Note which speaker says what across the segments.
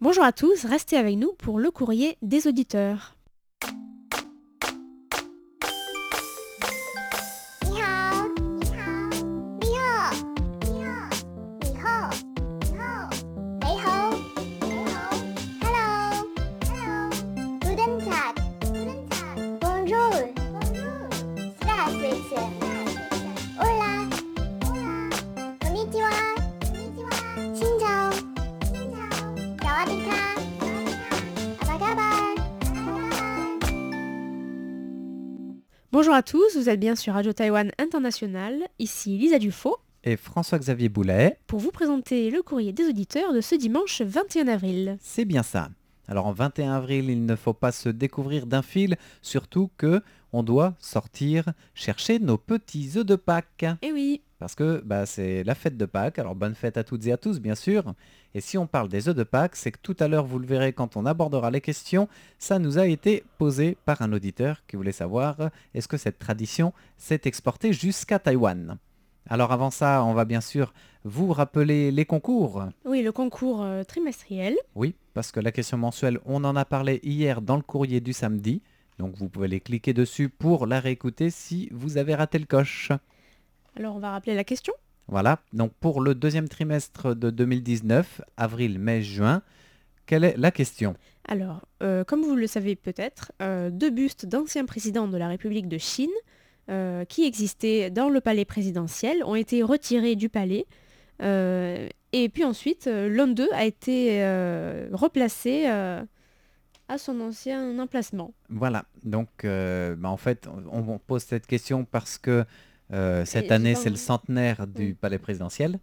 Speaker 1: Bonjour à tous, restez avec nous pour le courrier des auditeurs. Bonjour à tous, vous êtes bien sur Radio Taïwan International, ici Lisa Dufaux
Speaker 2: et François-Xavier Boulet.
Speaker 1: pour vous présenter le courrier des auditeurs de ce dimanche 21 avril.
Speaker 2: C'est bien ça. Alors en 21 avril, il ne faut pas se découvrir d'un fil, surtout que on doit sortir chercher nos petits œufs de Pâques.
Speaker 1: Eh oui,
Speaker 2: Parce que bah, c'est la fête de Pâques, alors bonne fête à toutes et à tous bien sûr. Et si on parle des œufs de Pâques, c'est que tout à l'heure, vous le verrez quand on abordera les questions, ça nous a été posé par un auditeur qui voulait savoir euh, est-ce que cette tradition s'est exportée jusqu'à Taïwan. Alors avant ça, on va bien sûr vous rappeler les concours.
Speaker 1: oui, le concours euh, trimestriel.
Speaker 2: Oui, parce que la question mensuelle, on en a parlé hier dans le courrier du samedi. Donc vous pouvez aller cliquer dessus pour la réécouter si vous avez raté le coche.
Speaker 1: Alors on va rappeler la question.
Speaker 2: Voilà, donc pour le deuxième trimestre de 2019, avril, mai, juin, quelle est la question
Speaker 1: Alors, euh, comme vous le savez peut-être, euh, deux bustes d'anciens présidents de la République de Chine euh, qui existaient dans le palais présidentiel ont été retirés du palais. euh, et puis ensuite, euh, l'un d'eux a été euh, replacé euh, à son ancien emplacement.
Speaker 2: Voilà, donc euh, bah, en fait, on, on pose cette question parce que euh, cette
Speaker 1: j'ai
Speaker 2: année,
Speaker 1: pas
Speaker 2: c'est le
Speaker 1: envie.
Speaker 2: centenaire du
Speaker 1: Mm.
Speaker 2: palais présidentiel.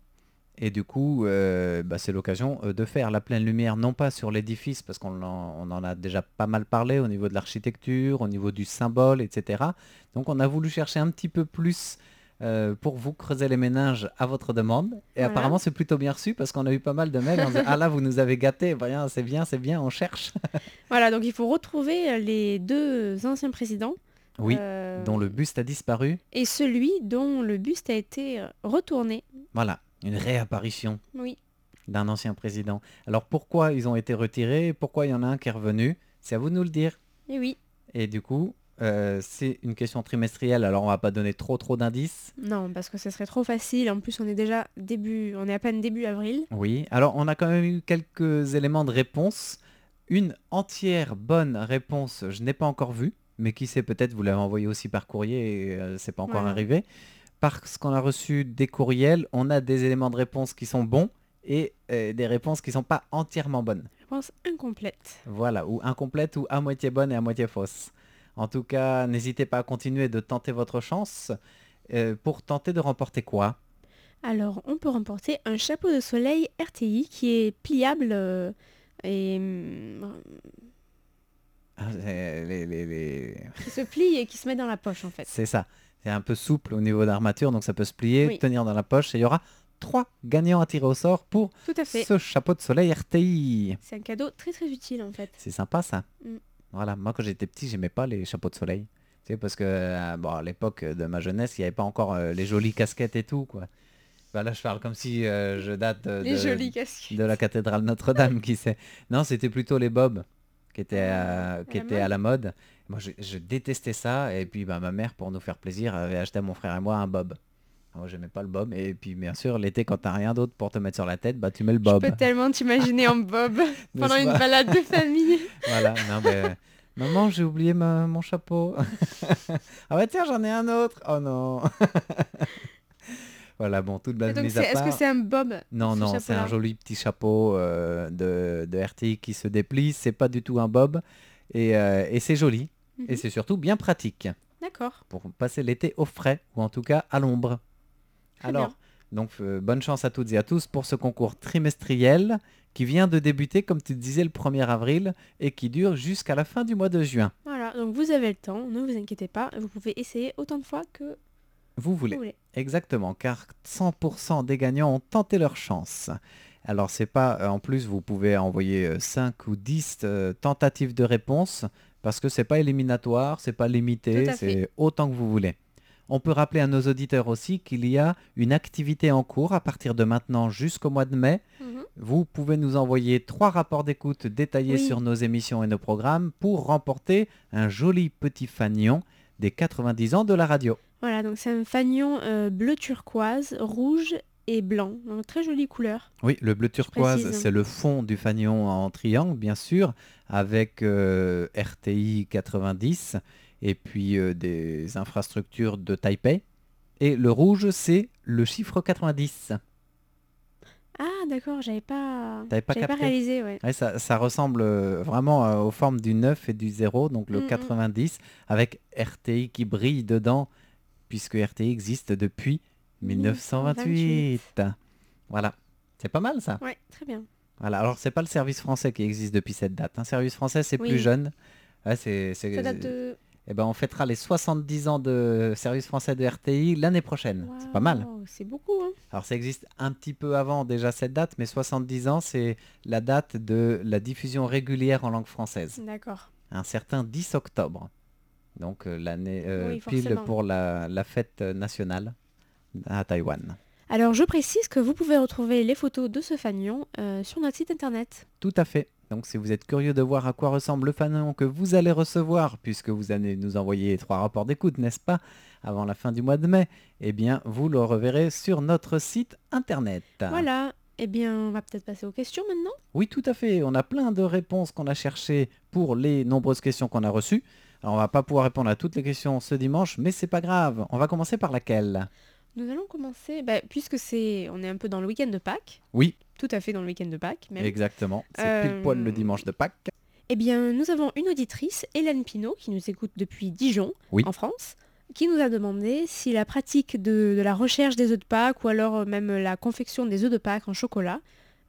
Speaker 2: Et du coup, euh, bah, c'est l'occasion euh, de faire la pleine lumière, non pas sur l'édifice, parce qu'on en, on en a déjà pas mal parlé au niveau de l'architecture, au niveau du symbole, etc. Donc on a voulu chercher un petit peu plus euh, pour vous creuser les méninges à votre demande. Et
Speaker 1: Voilà.
Speaker 2: apparemment, c'est plutôt bien reçu, parce qu'on a eu pas mal de mails en disant, ah là, vous nous avez gâtés, Voilà, c'est bien, c'est bien, on cherche.
Speaker 1: Voilà, donc il faut retrouver euh, les deux anciens présidents.
Speaker 2: Oui,
Speaker 1: euh,
Speaker 2: dont le buste a disparu.
Speaker 1: Et celui dont le buste a été euh, retourné.
Speaker 2: Voilà, une réapparition
Speaker 1: Oui.
Speaker 2: d'un ancien président. Alors pourquoi ils ont été retirés Pourquoi il y en a un qui est revenu C'est à vous de nous le dire.
Speaker 1: Et oui.
Speaker 2: Et du coup, euh, c'est une question trimestrielle, alors on va pas donner trop trop d'indices.
Speaker 1: Non, parce que ce serait trop facile. En plus, on est déjà début, on est à peine début avril.
Speaker 2: Oui, alors on a quand même eu quelques éléments de réponse. Une entière bonne réponse, je n'ai pas encore vue, mais qui sait peut-être vous l'avez envoyé aussi par courrier et euh, c'est pas encore
Speaker 1: Voilà.
Speaker 2: arrivé. Parce qu'on a reçu des courriels, on a des éléments de réponse qui sont bons et euh, des réponses qui sont pas entièrement bonnes.
Speaker 1: Réponse incomplète.
Speaker 2: Voilà, ou incomplète ou à moitié bonne et à moitié fausse. En tout cas, n'hésitez pas à continuer de tenter votre chance euh, pour tenter de remporter quoi
Speaker 1: Alors, on peut remporter un chapeau de soleil RTI qui est pliable euh, et hum,
Speaker 2: Ah, euh, les- les- les-
Speaker 1: qui se plie et qui se met dans la poche en fait.
Speaker 2: C'est ça. C'est un peu souple au niveau d'armature, donc ça peut se plier,
Speaker 1: Oui.
Speaker 2: tenir dans la poche. Et il y aura trois gagnants à tirer au sort pour
Speaker 1: Tout à fait.
Speaker 2: ce chapeau de soleil RTI.
Speaker 1: C'est un cadeau très très utile en fait.
Speaker 2: C'est sympa ça.
Speaker 1: Mm.
Speaker 2: Voilà, moi quand j'étais petit, j'aimais pas les chapeaux de soleil. Tu sais, parce que euh, bon, à l'époque de ma jeunesse, il n'y avait pas encore euh, les jolies casquettes et tout, quoi. Bah là, je parle comme si euh, je date euh,
Speaker 1: Les jolies
Speaker 2: de,
Speaker 1: casquettes.
Speaker 2: de la cathédrale Notre-Dame, qui sait. Non, c'était plutôt les bobs qui étaient,
Speaker 1: Ah,
Speaker 2: euh,
Speaker 1: à
Speaker 2: qui
Speaker 1: la
Speaker 2: étaient à la mode. Moi, je, je détestais ça. Et puis, bah, ma mère, pour nous faire plaisir, avait acheté à mon frère et moi un bob. Moi, j'aimais pas le bob. Et puis, bien sûr, l'été, quand t'as rien d'autre pour te mettre sur la tête, bah, tu mets le bob.
Speaker 1: Je peux tellement t'imaginer en bob
Speaker 2: N'est-ce
Speaker 1: pendant une
Speaker 2: pas
Speaker 1: balade de famille.
Speaker 2: Voilà, non mais... Maman, j'ai oublié ma- mon chapeau. ah bah tiens, j'en ai un autre. Oh non. voilà, bon, toute
Speaker 1: Et
Speaker 2: blague
Speaker 1: donc,
Speaker 2: mise
Speaker 1: c'est-
Speaker 2: Bah, à
Speaker 1: est-ce
Speaker 2: part.
Speaker 1: que c'est un bob
Speaker 2: non,
Speaker 1: ce
Speaker 2: non, c'est un
Speaker 1: chapeau-là
Speaker 2: joli petit chapeau euh, de, de RTI qui se déplie. C'est pas du tout un bob. Et, euh, et c'est joli. Et
Speaker 1: Mhm.
Speaker 2: c'est surtout bien pratique
Speaker 1: D'accord.
Speaker 2: pour passer l'été au frais ou en tout cas à l'ombre.
Speaker 1: Très
Speaker 2: Alors, donc euh, bonne chance à toutes et à tous pour ce concours trimestriel qui vient de débuter, comme tu disais, le 1er avril et qui dure jusqu'à la fin du mois de juin.
Speaker 1: Voilà, donc vous avez le temps, ne vous inquiétez pas, vous pouvez essayer autant de fois que
Speaker 2: Vous
Speaker 1: vous
Speaker 2: voulez.
Speaker 1: voulez.
Speaker 2: Exactement, car 100% des gagnants ont tenté leur chance. Alors c'est pas, euh, en plus vous pouvez envoyer 5 ou 10 euh, tentatives de réponse, parce que c'est pas éliminatoire, c'est pas
Speaker 1: Tout
Speaker 2: limité,
Speaker 1: à fait.
Speaker 2: c'est autant que vous voulez. On peut rappeler à nos auditeurs aussi qu'il y a une activité en cours à partir de maintenant jusqu'au mois de mai.
Speaker 1: Mhm.
Speaker 2: Vous pouvez nous envoyer trois rapports d'écoute détaillés
Speaker 1: Oui.
Speaker 2: sur nos émissions et nos programmes pour remporter un joli petit fanion des 90 ans de la radio.
Speaker 1: Voilà, donc c'est un fanion euh, bleu turquoise, rouge et blanc. Donc très jolie couleur.
Speaker 2: Oui, le bleu turquoise,
Speaker 1: précise.
Speaker 2: c'est le fond du fanion en triangle, bien sûr, avec euh, RTI 90 et puis euh, des infrastructures de Taipei. Et le rouge, c'est le chiffre 90.
Speaker 1: Ah d'accord, j'avais pas,
Speaker 2: T'avais pas
Speaker 1: j'avais pas
Speaker 2: capté.
Speaker 1: réalisé, ouais.
Speaker 2: Ouais, ça, ça ressemble euh, vraiment euh, aux formes du 9 et du 0, donc le
Speaker 1: Mm, mm.
Speaker 2: 90, avec RTI qui brille dedans, puisque RTI existe depuis 1928. Voilà, c'est pas mal ça.
Speaker 1: Ouais, très bien.
Speaker 2: Voilà, alors c'est pas le service français qui existe depuis cette date. Un service français, c'est
Speaker 1: Oui.
Speaker 2: plus jeune. Ouais, c'est, c'est-
Speaker 1: Ça date de...
Speaker 2: Eh ben, on fêtera les 70 ans de service français de RTI l'année prochaine. C'est pas mal.
Speaker 1: Waouh, C'est beaucoup, hein.
Speaker 2: Alors ça existe un petit peu avant déjà cette date, mais 70 ans, c'est la date de la diffusion régulière en langue française.
Speaker 1: D'accord.
Speaker 2: Un certain 10 octobre. Donc euh, l'année euh,
Speaker 1: Oui,
Speaker 2: pile
Speaker 1: forcément.
Speaker 2: pour la, la fête nationale à Taïwan.
Speaker 1: Alors je précise que vous pouvez retrouver les photos de ce fanion euh, sur notre site internet.
Speaker 2: Tout à fait. Donc si vous êtes curieux de voir à quoi ressemble le fanon que vous allez recevoir, puisque vous allez nous envoyer trois rapports d'écoute, n'est-ce pas, avant la fin du mois de mai, eh bien vous le reverrez sur notre site internet.
Speaker 1: Voilà. Eh bien, on va peut-être passer aux questions maintenant.
Speaker 2: Oui, tout à fait. On a plein de réponses qu'on a cherchées pour les nombreuses questions qu'on a reçues. Alors on va pas pouvoir répondre à toutes les questions ce dimanche, mais c'est pas grave. On va commencer par laquelle
Speaker 1: Nous allons commencer, bah, puisque c'est, on est un peu dans le week-end de Pâques.
Speaker 2: Oui.
Speaker 1: Tout à fait dans le week-end de Pâques. Même.
Speaker 2: Exactement. C'est
Speaker 1: Euh,
Speaker 2: pile poil le dimanche de Pâques.
Speaker 1: Eh bien, nous avons une auditrice, Hélène Pinault, qui nous écoute depuis Dijon,
Speaker 2: Oui.
Speaker 1: en France, qui nous a demandé si la pratique de, de la recherche des œufs de Pâques ou alors euh, même la confection des œufs de Pâques en chocolat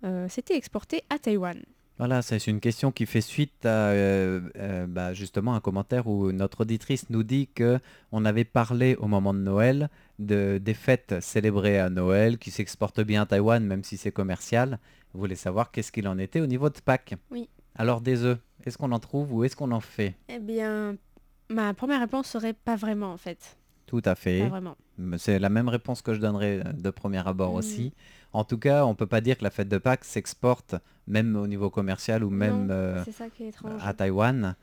Speaker 1: euh, s'était exportée à Taïwan.
Speaker 2: Voilà, c'est c'est une question qui fait suite à euh, euh, bah, justement un commentaire où notre auditrice nous dit que on avait parlé au moment de Noël de, des fêtes célébrées à Noël qui s'exportent bien à Taïwan même si c'est commercial. Vous voulez savoir qu'est-ce qu'il en était au niveau de Pâques
Speaker 1: Oui.
Speaker 2: Alors des œufs, est-ce qu'on en trouve ou est-ce qu'on en fait
Speaker 1: Eh bien, ma première réponse serait pas vraiment en fait.
Speaker 2: Tout à fait.
Speaker 1: Pas vraiment.
Speaker 2: Mais C'est la même réponse que je donnerais euh, de premier abord
Speaker 1: Mm.
Speaker 2: aussi. En tout cas, on peut pas dire que la fête de Pâques s'exporte même au niveau commercial ou même
Speaker 1: Non,
Speaker 2: euh,
Speaker 1: C'est ça qui est étrange.
Speaker 2: à Taïwan.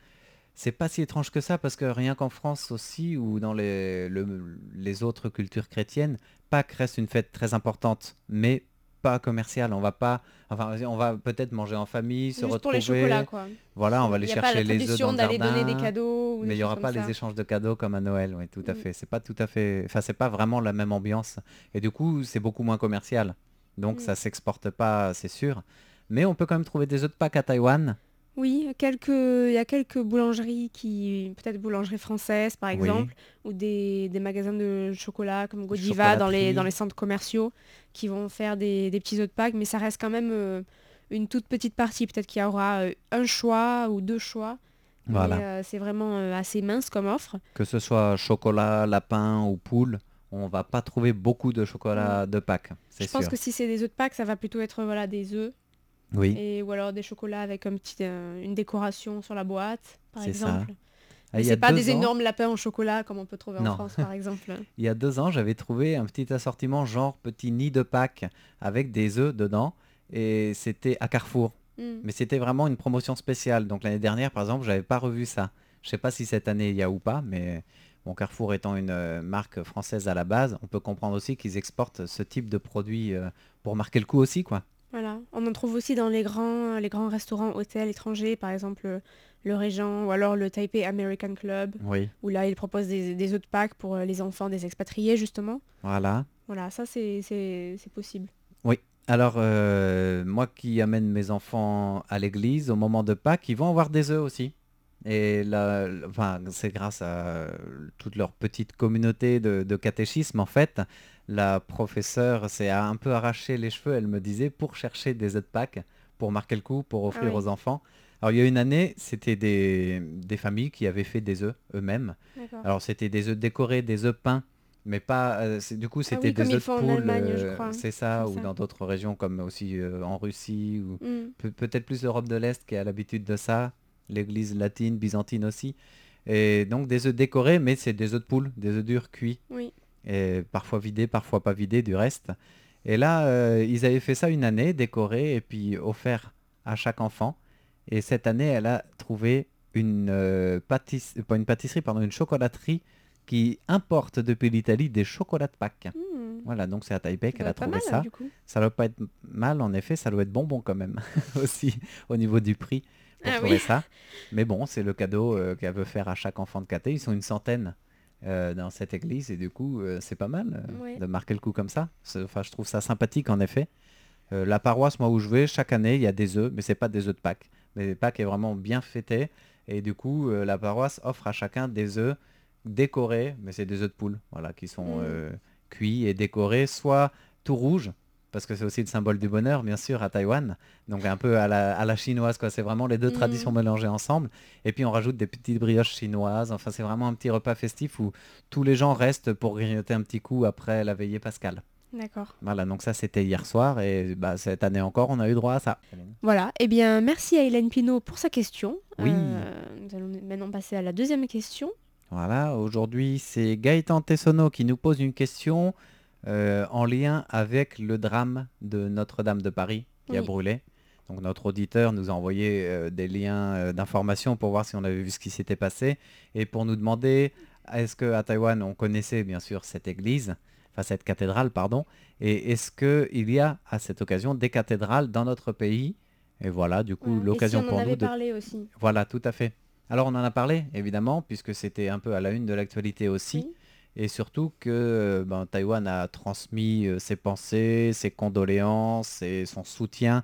Speaker 2: C'est pas si étrange que ça parce que rien qu'en France aussi ou dans les, le- les autres cultures chrétiennes, Pâques reste une fête très importante, mais pas commerciale. On va pas, enfin, on va peut-être manger en famille, se
Speaker 1: Juste
Speaker 2: retrouver.
Speaker 1: pour les chocolats quoi.
Speaker 2: Voilà, on va aller
Speaker 1: Il y a pas la
Speaker 2: chercher les œufs
Speaker 1: tradition
Speaker 2: dans le
Speaker 1: d'aller
Speaker 2: jardin.
Speaker 1: donner des cadeaux. Ou
Speaker 2: mais il
Speaker 1: n'y
Speaker 2: n'y aura pas les échanges de cadeaux comme à Noël. Oui, tout à
Speaker 1: Mm.
Speaker 2: fait. C'est pas tout à fait, enfin, c'est pas vraiment la même ambiance. Et du coup, c'est beaucoup moins commercial. Donc
Speaker 1: Mm.
Speaker 2: ça s'exporte pas, c'est sûr. Mais on peut quand même trouver des œufs de Pâques à Taïwan.
Speaker 1: Oui, quelques, il y a quelques boulangeries qui, peut-être boulangeries françaises par
Speaker 2: Oui.
Speaker 1: exemple, ou des, des magasins de chocolat comme Godiva dans les, dans les centres commerciaux qui vont faire des, des petits œufs de Pâques, mais ça reste quand même euh, une toute petite partie. Peut-être qu'il y aura euh, un choix ou deux choix. mais,
Speaker 2: Voilà.
Speaker 1: euh, c'est vraiment euh, assez mince comme offre.
Speaker 2: que ce soit chocolat, lapin ou poule, on va pas trouver beaucoup de chocolat de Pâques,
Speaker 1: Je
Speaker 2: c'est sûr.
Speaker 1: pense que si c'est des œufs de Pâques, ça va plutôt être voilà, des œufs
Speaker 2: Oui,
Speaker 1: et, ou alors des chocolats avec un petit, euh, une décoration sur la boîte, par
Speaker 2: C'est ça.
Speaker 1: exemple.
Speaker 2: Ah,
Speaker 1: Mais
Speaker 2: il, y
Speaker 1: c'est
Speaker 2: a
Speaker 1: pas
Speaker 2: deux
Speaker 1: des
Speaker 2: ans,
Speaker 1: énormes lapins en chocolat comme on peut trouver en
Speaker 2: Non.
Speaker 1: France, par exemple.
Speaker 2: il y a deux ans, j'avais trouvé un petit assortiment genre petit nid de Pâques avec des œufs dedans et c'était à Carrefour.
Speaker 1: Mm.
Speaker 2: Mais c'était vraiment une promotion spéciale. Donc l'année dernière, par exemple, j'avais pas revu ça. Je sais pas si cette année il y a ou pas, mais bon, Carrefour étant une euh, marque française à la base, on peut comprendre aussi qu'ils exportent ce type de produit euh, pour marquer le coup aussi, quoi.
Speaker 1: Voilà. On en trouve aussi dans les grands, les grands restaurants, hôtels étrangers, par exemple euh, le Régent ou alors le Taipei American Club,
Speaker 2: Oui.
Speaker 1: où là ils proposent des, des œufs de Pâques pour euh, les enfants des expatriés, justement.
Speaker 2: Voilà.
Speaker 1: Voilà, ça c'est c'est- c'est possible.
Speaker 2: Alors, euh, moi qui amène mes enfants à l'église, au moment de Pâques, ils vont avoir des œufs aussi. Et là, l- enfin, c'est grâce à euh, toute leur petite communauté de, de catéchisme, en fait. La professeure s'est un peu arraché les cheveux, elle me disait, pour chercher des œufs de Pâques, pour marquer le coup, pour offrir
Speaker 1: oui.
Speaker 2: aux enfants. Alors, il y a une année, c'était des, des familles qui avaient fait des œufs eux-mêmes.
Speaker 1: D'accord.
Speaker 2: Alors c'était des œufs décorés, des œufs peints, mais pas. euh, c'est- du coup,
Speaker 1: Ah
Speaker 2: c'était
Speaker 1: oui, comme
Speaker 2: des
Speaker 1: ils
Speaker 2: œufs de
Speaker 1: font en
Speaker 2: poule. euh,
Speaker 1: Allemagne, je crois, hein.
Speaker 2: c'est ça,
Speaker 1: C'est
Speaker 2: ou
Speaker 1: ça.
Speaker 2: dans d'autres régions comme aussi euh, en Russie ou
Speaker 1: Mm.
Speaker 2: Pe- peut-être plus l'Europe de l'Est qui a l'habitude de ça, l'Église latine, byzantine aussi. Et donc des œufs décorés, mais c'est des œufs de poule, des œufs durs cuits.
Speaker 1: Oui.
Speaker 2: Et parfois vidés, parfois pas vidés du reste. Et là, euh, ils avaient fait ça une année, décoré et puis offert à chaque enfant. Et cette année, elle a trouvé une, euh, pâtiss- euh, pas une pâtisserie, pardon, une chocolaterie qui importe depuis l'Italie des chocolats de Pâques.
Speaker 1: Hmm.
Speaker 2: Voilà, donc c'est à Taipei qu'elle
Speaker 1: Bah,
Speaker 2: a
Speaker 1: pas
Speaker 2: trouvé
Speaker 1: mal,
Speaker 2: ça.
Speaker 1: du coup.
Speaker 2: Ça doit pas être mal, en effet, ça doit être bonbon quand même, aussi, au niveau du prix, pour
Speaker 1: Ah
Speaker 2: trouver
Speaker 1: oui.
Speaker 2: ça. Mais bon, c'est le cadeau euh, qu'elle veut faire à chaque enfant de caté. Ils sont une centaine euh, dans cette église, et du coup, euh, c'est pas mal euh,
Speaker 1: Ouais.
Speaker 2: de marquer le coup comme ça. C'est- Enfin, je trouve ça sympathique, en effet. Euh, la paroisse, moi, où je vais, chaque année, il y a des œufs, mais c'est pas des œufs de Pâques. Mais Pâques est vraiment bien fêté, et du coup, euh, la paroisse offre à chacun des œufs décorés, mais c'est des œufs de poule, voilà, qui sont
Speaker 1: Mm.
Speaker 2: euh, cuits et décorés, soit tout rouge, parce que c'est aussi le symbole du bonheur, bien sûr, à Taïwan. Donc un peu à la, à la chinoise, quoi. C'est vraiment les deux
Speaker 1: Mm.
Speaker 2: traditions mélangées ensemble. Et puis on rajoute des petites brioches chinoises. Enfin, c'est vraiment un petit repas festif où tous les gens restent pour grignoter un petit coup après la veillée pascale.
Speaker 1: D'accord.
Speaker 2: Voilà, donc ça c'était hier soir et bah, cette année encore, on a eu droit à ça.
Speaker 1: Voilà, eh bien merci à Hélène Pinault pour sa question.
Speaker 2: Oui.
Speaker 1: Euh, nous allons maintenant passer à la deuxième question.
Speaker 2: Voilà, aujourd'hui c'est Gaëtan Tessonneau qui nous pose une question euh, en lien avec le drame de Notre-Dame de Paris qui a
Speaker 1: Oui.
Speaker 2: brûlé. Donc notre auditeur nous a envoyé euh, des liens euh, d'information pour voir si on avait vu ce qui s'était passé et pour nous demander est-ce que à Taïwan on connaissait bien sûr cette église, enfin cette cathédrale pardon, et est-ce que il y a à cette occasion des cathédrales dans notre pays Et voilà, du coup
Speaker 1: Voilà.
Speaker 2: l'occasion
Speaker 1: Et si on
Speaker 2: pour
Speaker 1: en
Speaker 2: nous
Speaker 1: avait
Speaker 2: de
Speaker 1: parlé aussi.
Speaker 2: voilà, tout à fait. Alors on en a parlé, évidemment, puisque c'était un peu à la une de l'actualité aussi.
Speaker 1: Oui.
Speaker 2: Et surtout que euh, ben, Taïwan a transmis euh, ses pensées, ses condoléances et son soutien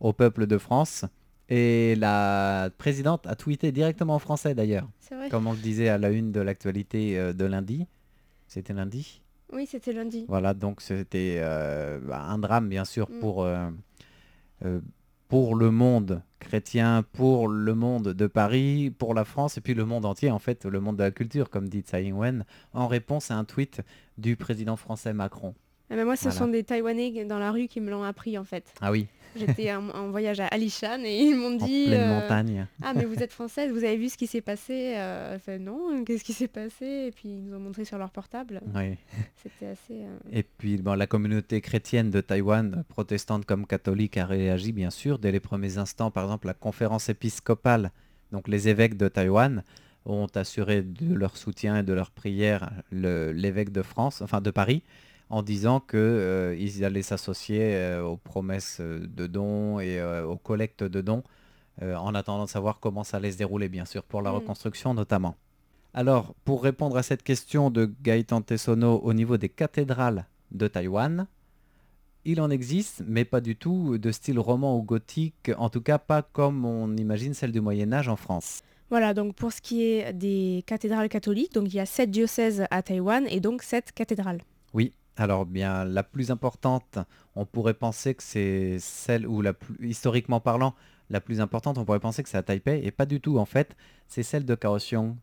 Speaker 2: au peuple de France. Et la présidente a tweeté directement en français d'ailleurs,
Speaker 1: C'est vrai.
Speaker 2: comme on le disait à la une de l'actualité euh, de lundi. C'était lundi
Speaker 1: Oui, c'était lundi.
Speaker 2: voilà, donc c'était euh, bah, un drame, bien sûr,
Speaker 1: Mm.
Speaker 2: pour, euh, euh, pour le monde chrétien, pour le monde de Paris, pour la France, et puis le monde entier, en fait, le monde de la culture, comme dit Tsai Ing-wen, en réponse à un tweet du président français Macron.
Speaker 1: Ah ben moi, ce
Speaker 2: Voilà.
Speaker 1: sont des Taïwanais dans la rue qui me l'ont appris en fait.
Speaker 2: Ah oui,
Speaker 1: J'étais en, en voyage à Alishan et ils m'ont
Speaker 2: en
Speaker 1: dit
Speaker 2: pleine
Speaker 1: euh,
Speaker 2: montagne.
Speaker 1: Ah mais vous êtes française, vous avez vu ce qui s'est passé Euh, enfin, Non, qu'est-ce qui s'est passé Et puis ils nous ont montré sur leur portable.
Speaker 2: Oui.
Speaker 1: C'était assez... euh,
Speaker 2: Et puis bon, la communauté chrétienne de Taïwan, protestante comme catholique, a réagi bien sûr dès les premiers instants. Par exemple, la conférence épiscopale, donc les évêques de Taïwan, ont assuré de leur soutien et de leur prière le- l'évêque de France, enfin de Paris, en disant qu'ils allaient s'associer euh, aux promesses euh, de dons et euh, aux collectes de dons, euh, en attendant de savoir comment ça allait se dérouler, bien sûr, pour la
Speaker 1: Mm.
Speaker 2: reconstruction notamment. Alors, pour répondre à cette question de Gaëtan Tessonneau au niveau des cathédrales de Taïwan, il en existe, mais pas du tout de style roman ou gothique, en tout cas pas comme on imagine celle du Moyen Âge en France.
Speaker 1: Voilà, donc pour ce qui est des cathédrales catholiques, donc il y a sept diocèses à Taïwan et donc sept cathédrales.
Speaker 2: Oui, alors bien la plus importante, on pourrait penser que c'est celle où la plus, historiquement parlant, la plus importante, on pourrait penser que c'est à Taipei, et pas du tout en fait, c'est celle de Kaohsiung.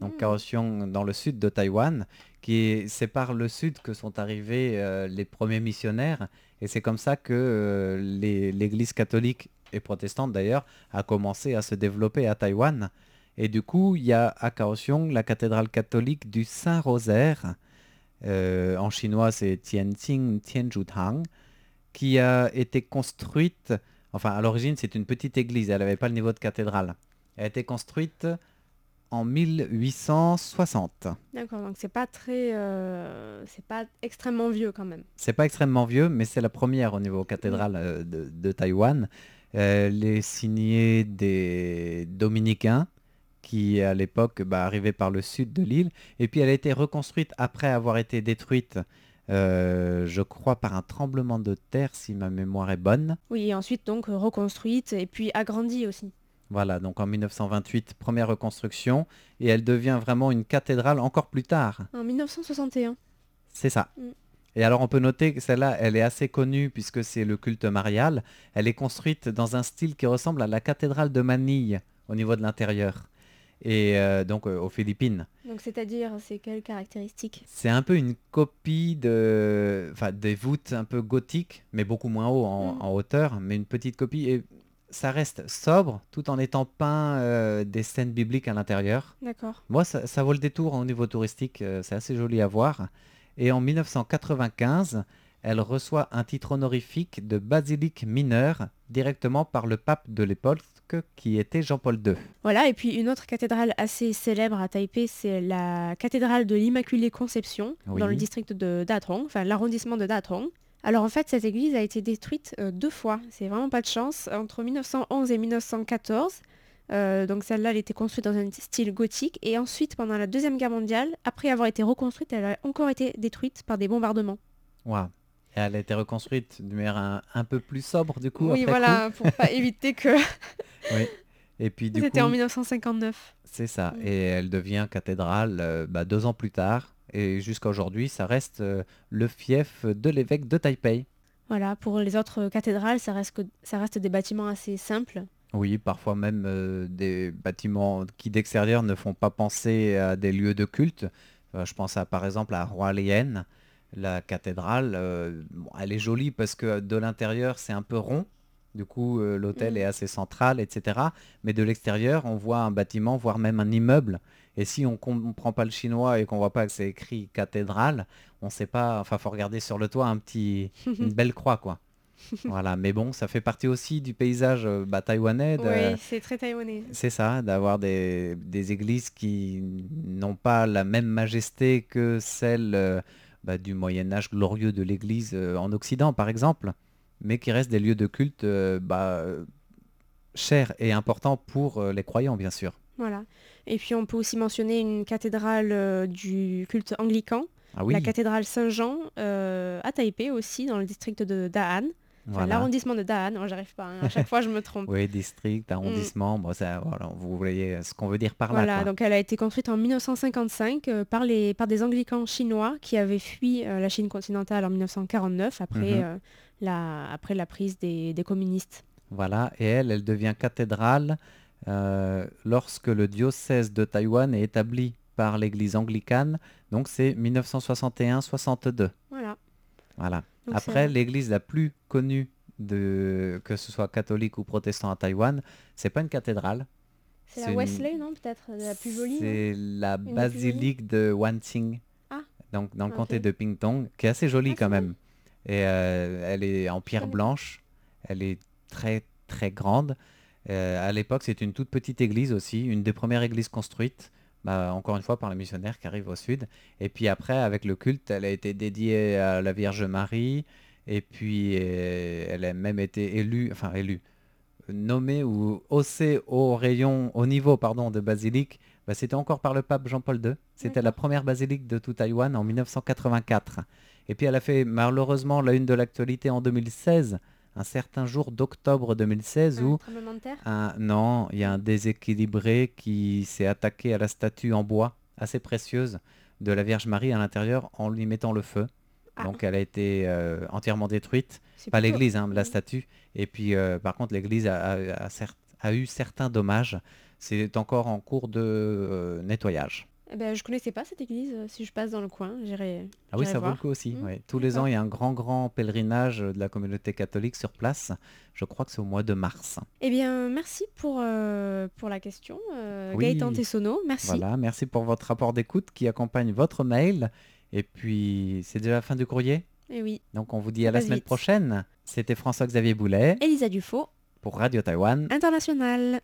Speaker 2: Donc
Speaker 1: Hmm.
Speaker 2: Kaohsiung dans le sud de Taïwan, qui est- c'est par le sud que sont arrivés euh, les premiers missionnaires, et c'est comme ça que euh, les- l'Église catholique et protestante d'ailleurs a commencé à se développer à Taïwan. Et du coup, il y a à Kaohsiung la cathédrale catholique du Saint-Rosaire, euh, en chinois c'est Tianjin Tianjutang, qui a été construite, enfin à l'origine c'est une petite église, elle n'avait pas le niveau de cathédrale. Elle a été construite en 1860.
Speaker 1: D'accord, donc c'est pas très... euh, c'est pas extrêmement vieux quand même.
Speaker 2: C'est pas extrêmement vieux, mais c'est la première au niveau cathédrale euh, de, de Taïwan. Euh, elle est signée des dominicains qui à l'époque bah, arrivaient par le sud de l'île. Et puis elle a été reconstruite après avoir été détruite, euh, je crois, par un tremblement de terre, si ma mémoire est bonne.
Speaker 1: Oui, et ensuite donc euh, reconstruite et puis agrandie aussi.
Speaker 2: Voilà, donc en 1928, première reconstruction. Et elle devient vraiment une cathédrale encore plus tard.
Speaker 1: En 1961.
Speaker 2: C'est ça.
Speaker 1: Mm.
Speaker 2: Et alors on peut noter que celle-là, elle est assez connue puisque c'est le culte marial. Elle est construite dans un style qui ressemble à la cathédrale de Manille au niveau de l'intérieur. Et euh, donc euh, aux Philippines.
Speaker 1: Donc c'est-à-dire, c'est quelles caractéristiques
Speaker 2: C'est un peu une copie de, enfin, des voûtes un peu gothiques, mais beaucoup moins haut en,
Speaker 1: Mm.
Speaker 2: en hauteur, mais une petite copie. Et ça reste sobre tout en étant peint euh, des scènes bibliques à l'intérieur.
Speaker 1: D'accord.
Speaker 2: Moi, ça, ça vaut le détour hein, au niveau touristique, euh, c'est assez joli à voir. Et en 1995, elle reçoit un titre honorifique de basilique mineure directement par le pape de l'époque qui était Jean-Paul II.
Speaker 1: Voilà, et puis une autre cathédrale assez célèbre à Taipei, c'est la cathédrale de l'Immaculée Conception,
Speaker 2: Oui.
Speaker 1: dans le district de Datong, enfin l'arrondissement de Datong. Alors en fait, cette église a été détruite euh, deux fois, c'est vraiment pas de chance, entre 1911 et 1914. Euh, donc celle-là, elle était construite dans un style gothique, et ensuite, pendant la Deuxième Guerre mondiale, après avoir été reconstruite, elle a encore été détruite par des bombardements.
Speaker 2: Waouh. Et Elle a été reconstruite de manière un, un peu plus sobre du coup.
Speaker 1: oui,
Speaker 2: après
Speaker 1: voilà, pour pas éviter que...
Speaker 2: coup. Oui. Et puis du
Speaker 1: C'était
Speaker 2: coup,
Speaker 1: en 1959.
Speaker 2: c'est ça.
Speaker 1: Mm.
Speaker 2: Et elle devient cathédrale euh, bah, deux ans plus tard. Et jusqu'à aujourd'hui, ça reste euh, le fief de l'évêque de Taipei.
Speaker 1: Voilà, pour les autres cathédrales, ça reste, que- ça reste des bâtiments assez simples.
Speaker 2: Oui, parfois même euh, des bâtiments qui d'extérieur ne font pas penser à des lieux de culte. Euh, je pense à par exemple à Hualien, la cathédrale. euh, bon, elle est jolie parce que de l'intérieur c'est un peu rond. Du coup, euh, l'hôtel
Speaker 1: Mhm.
Speaker 2: est assez central, etc. Mais de l'extérieur, on voit un bâtiment, voire même un immeuble. Et si on ne comprend pas le chinois et qu'on voit pas que c'est écrit cathédrale, on sait pas. Enfin, faut regarder sur le toit un petit, une belle croix, quoi. voilà. Mais bon, ça fait partie aussi du paysage euh, bah, taïwanais. de-
Speaker 1: Oui, c'est très taïwanais.
Speaker 2: c'est ça, d'avoir des, des églises qui n'ont pas la même majesté que celle euh, bah, du Moyen Âge glorieux de l'Église euh, en Occident, par exemple, mais qui restent des lieux de culte euh, bah, euh, chers et importants pour euh, les croyants, bien sûr.
Speaker 1: Voilà. Et puis on peut aussi mentionner une cathédrale euh, du culte anglican,
Speaker 2: Ah oui,
Speaker 1: la cathédrale Saint-Jean, euh, à Taipei aussi, dans le district de Da'an. Enfin,
Speaker 2: voilà.
Speaker 1: L'arrondissement de Da'an, moi j'arrive pas, hein, à chaque fois je me trompe.
Speaker 2: Oui, district, arrondissement, bon, ça, voilà, vous voyez euh, ce qu'on veut dire par là.
Speaker 1: Voilà,
Speaker 2: quoi.
Speaker 1: donc elle a été construite en 1955 euh, par, les, par des anglicans chinois qui avaient fui euh, la Chine continentale en 1949 après,
Speaker 2: Mhm.
Speaker 1: euh, la, après la prise des- des communistes.
Speaker 2: Voilà, et elle, elle devient cathédrale euh, lorsque le diocèse de Taïwan est établi par l'église anglicane, donc c'est 1961-62.
Speaker 1: Voilà.
Speaker 2: Voilà.
Speaker 1: Donc c'est-
Speaker 2: Après, l'église la plus connue, de, que ce soit catholique ou protestant à Taïwan, c'est pas une cathédrale.
Speaker 1: C'est la
Speaker 2: C'est une-
Speaker 1: Wesley, non Peut-être La plus jolie non
Speaker 2: C'est la
Speaker 1: plus jolie
Speaker 2: basilique de Wanqing,
Speaker 1: Ah.
Speaker 2: donc dans le
Speaker 1: Ok.
Speaker 2: comté de Pingtong, qui est assez jolie
Speaker 1: Ah, c'est
Speaker 2: quand
Speaker 1: vrai.
Speaker 2: même. Et euh, elle est en pierre
Speaker 1: connais.
Speaker 2: blanche, elle est très très grande. Euh, à l'époque, c'est une toute petite église aussi, une des premières églises construites, bah, encore une fois par les missionnaires qui arrivent au sud. Et puis après, avec le culte, elle a été dédiée à la Vierge Marie, et puis euh, elle a même été élue, enfin élue, nommée ou haussée au rayon, au niveau pardon, de basilique. Bah, c'était encore par le pape Jean-Paul II. C'était la
Speaker 1: D'accord.
Speaker 2: première basilique de tout Taïwan en 1984. Et puis elle a fait malheureusement la une de l'actualité en 2016, un certain jour d'octobre 2016
Speaker 1: Un
Speaker 2: où
Speaker 1: tremblement de terre
Speaker 2: un- non, il y a un déséquilibré qui s'est attaqué à la statue en bois assez précieuse de la Vierge Marie à l'intérieur en lui mettant le feu.
Speaker 1: Ah.
Speaker 2: Donc elle a été euh, entièrement détruite,
Speaker 1: C'est
Speaker 2: pas
Speaker 1: plutôt-
Speaker 2: l'église, hein, la
Speaker 1: Mm.
Speaker 2: statue. Et puis euh, par contre l'église a, a- a cert- a eu certains dommages. C'est encore en cours de euh, nettoyage.
Speaker 1: Eh ben, je connaissais pas cette église. euh, Si je passe dans le coin, j'irai.
Speaker 2: Ah oui,
Speaker 1: J'irai
Speaker 2: ça vaut le
Speaker 1: voir.
Speaker 2: coup aussi.
Speaker 1: Mm,
Speaker 2: ouais. Tous les
Speaker 1: d'accord.
Speaker 2: ans, il y a un grand, grand pèlerinage de la communauté catholique sur place. Je crois que c'est au mois de mars.
Speaker 1: Eh bien, merci pour, euh, pour la question, euh,
Speaker 2: Oui.
Speaker 1: Gaëtan Tessonneau. Merci.
Speaker 2: Voilà, merci pour votre rapport d'écoute qui accompagne votre mail. Et puis, c'est déjà la fin du courrier.
Speaker 1: Et Eh oui,
Speaker 2: Donc, on vous dit
Speaker 1: Ça
Speaker 2: à la
Speaker 1: passe
Speaker 2: semaine
Speaker 1: vite.
Speaker 2: prochaine. C'était François-Xavier Boulet
Speaker 1: Elisa Dufaux,
Speaker 2: pour Radio Taïwan.
Speaker 1: internationale.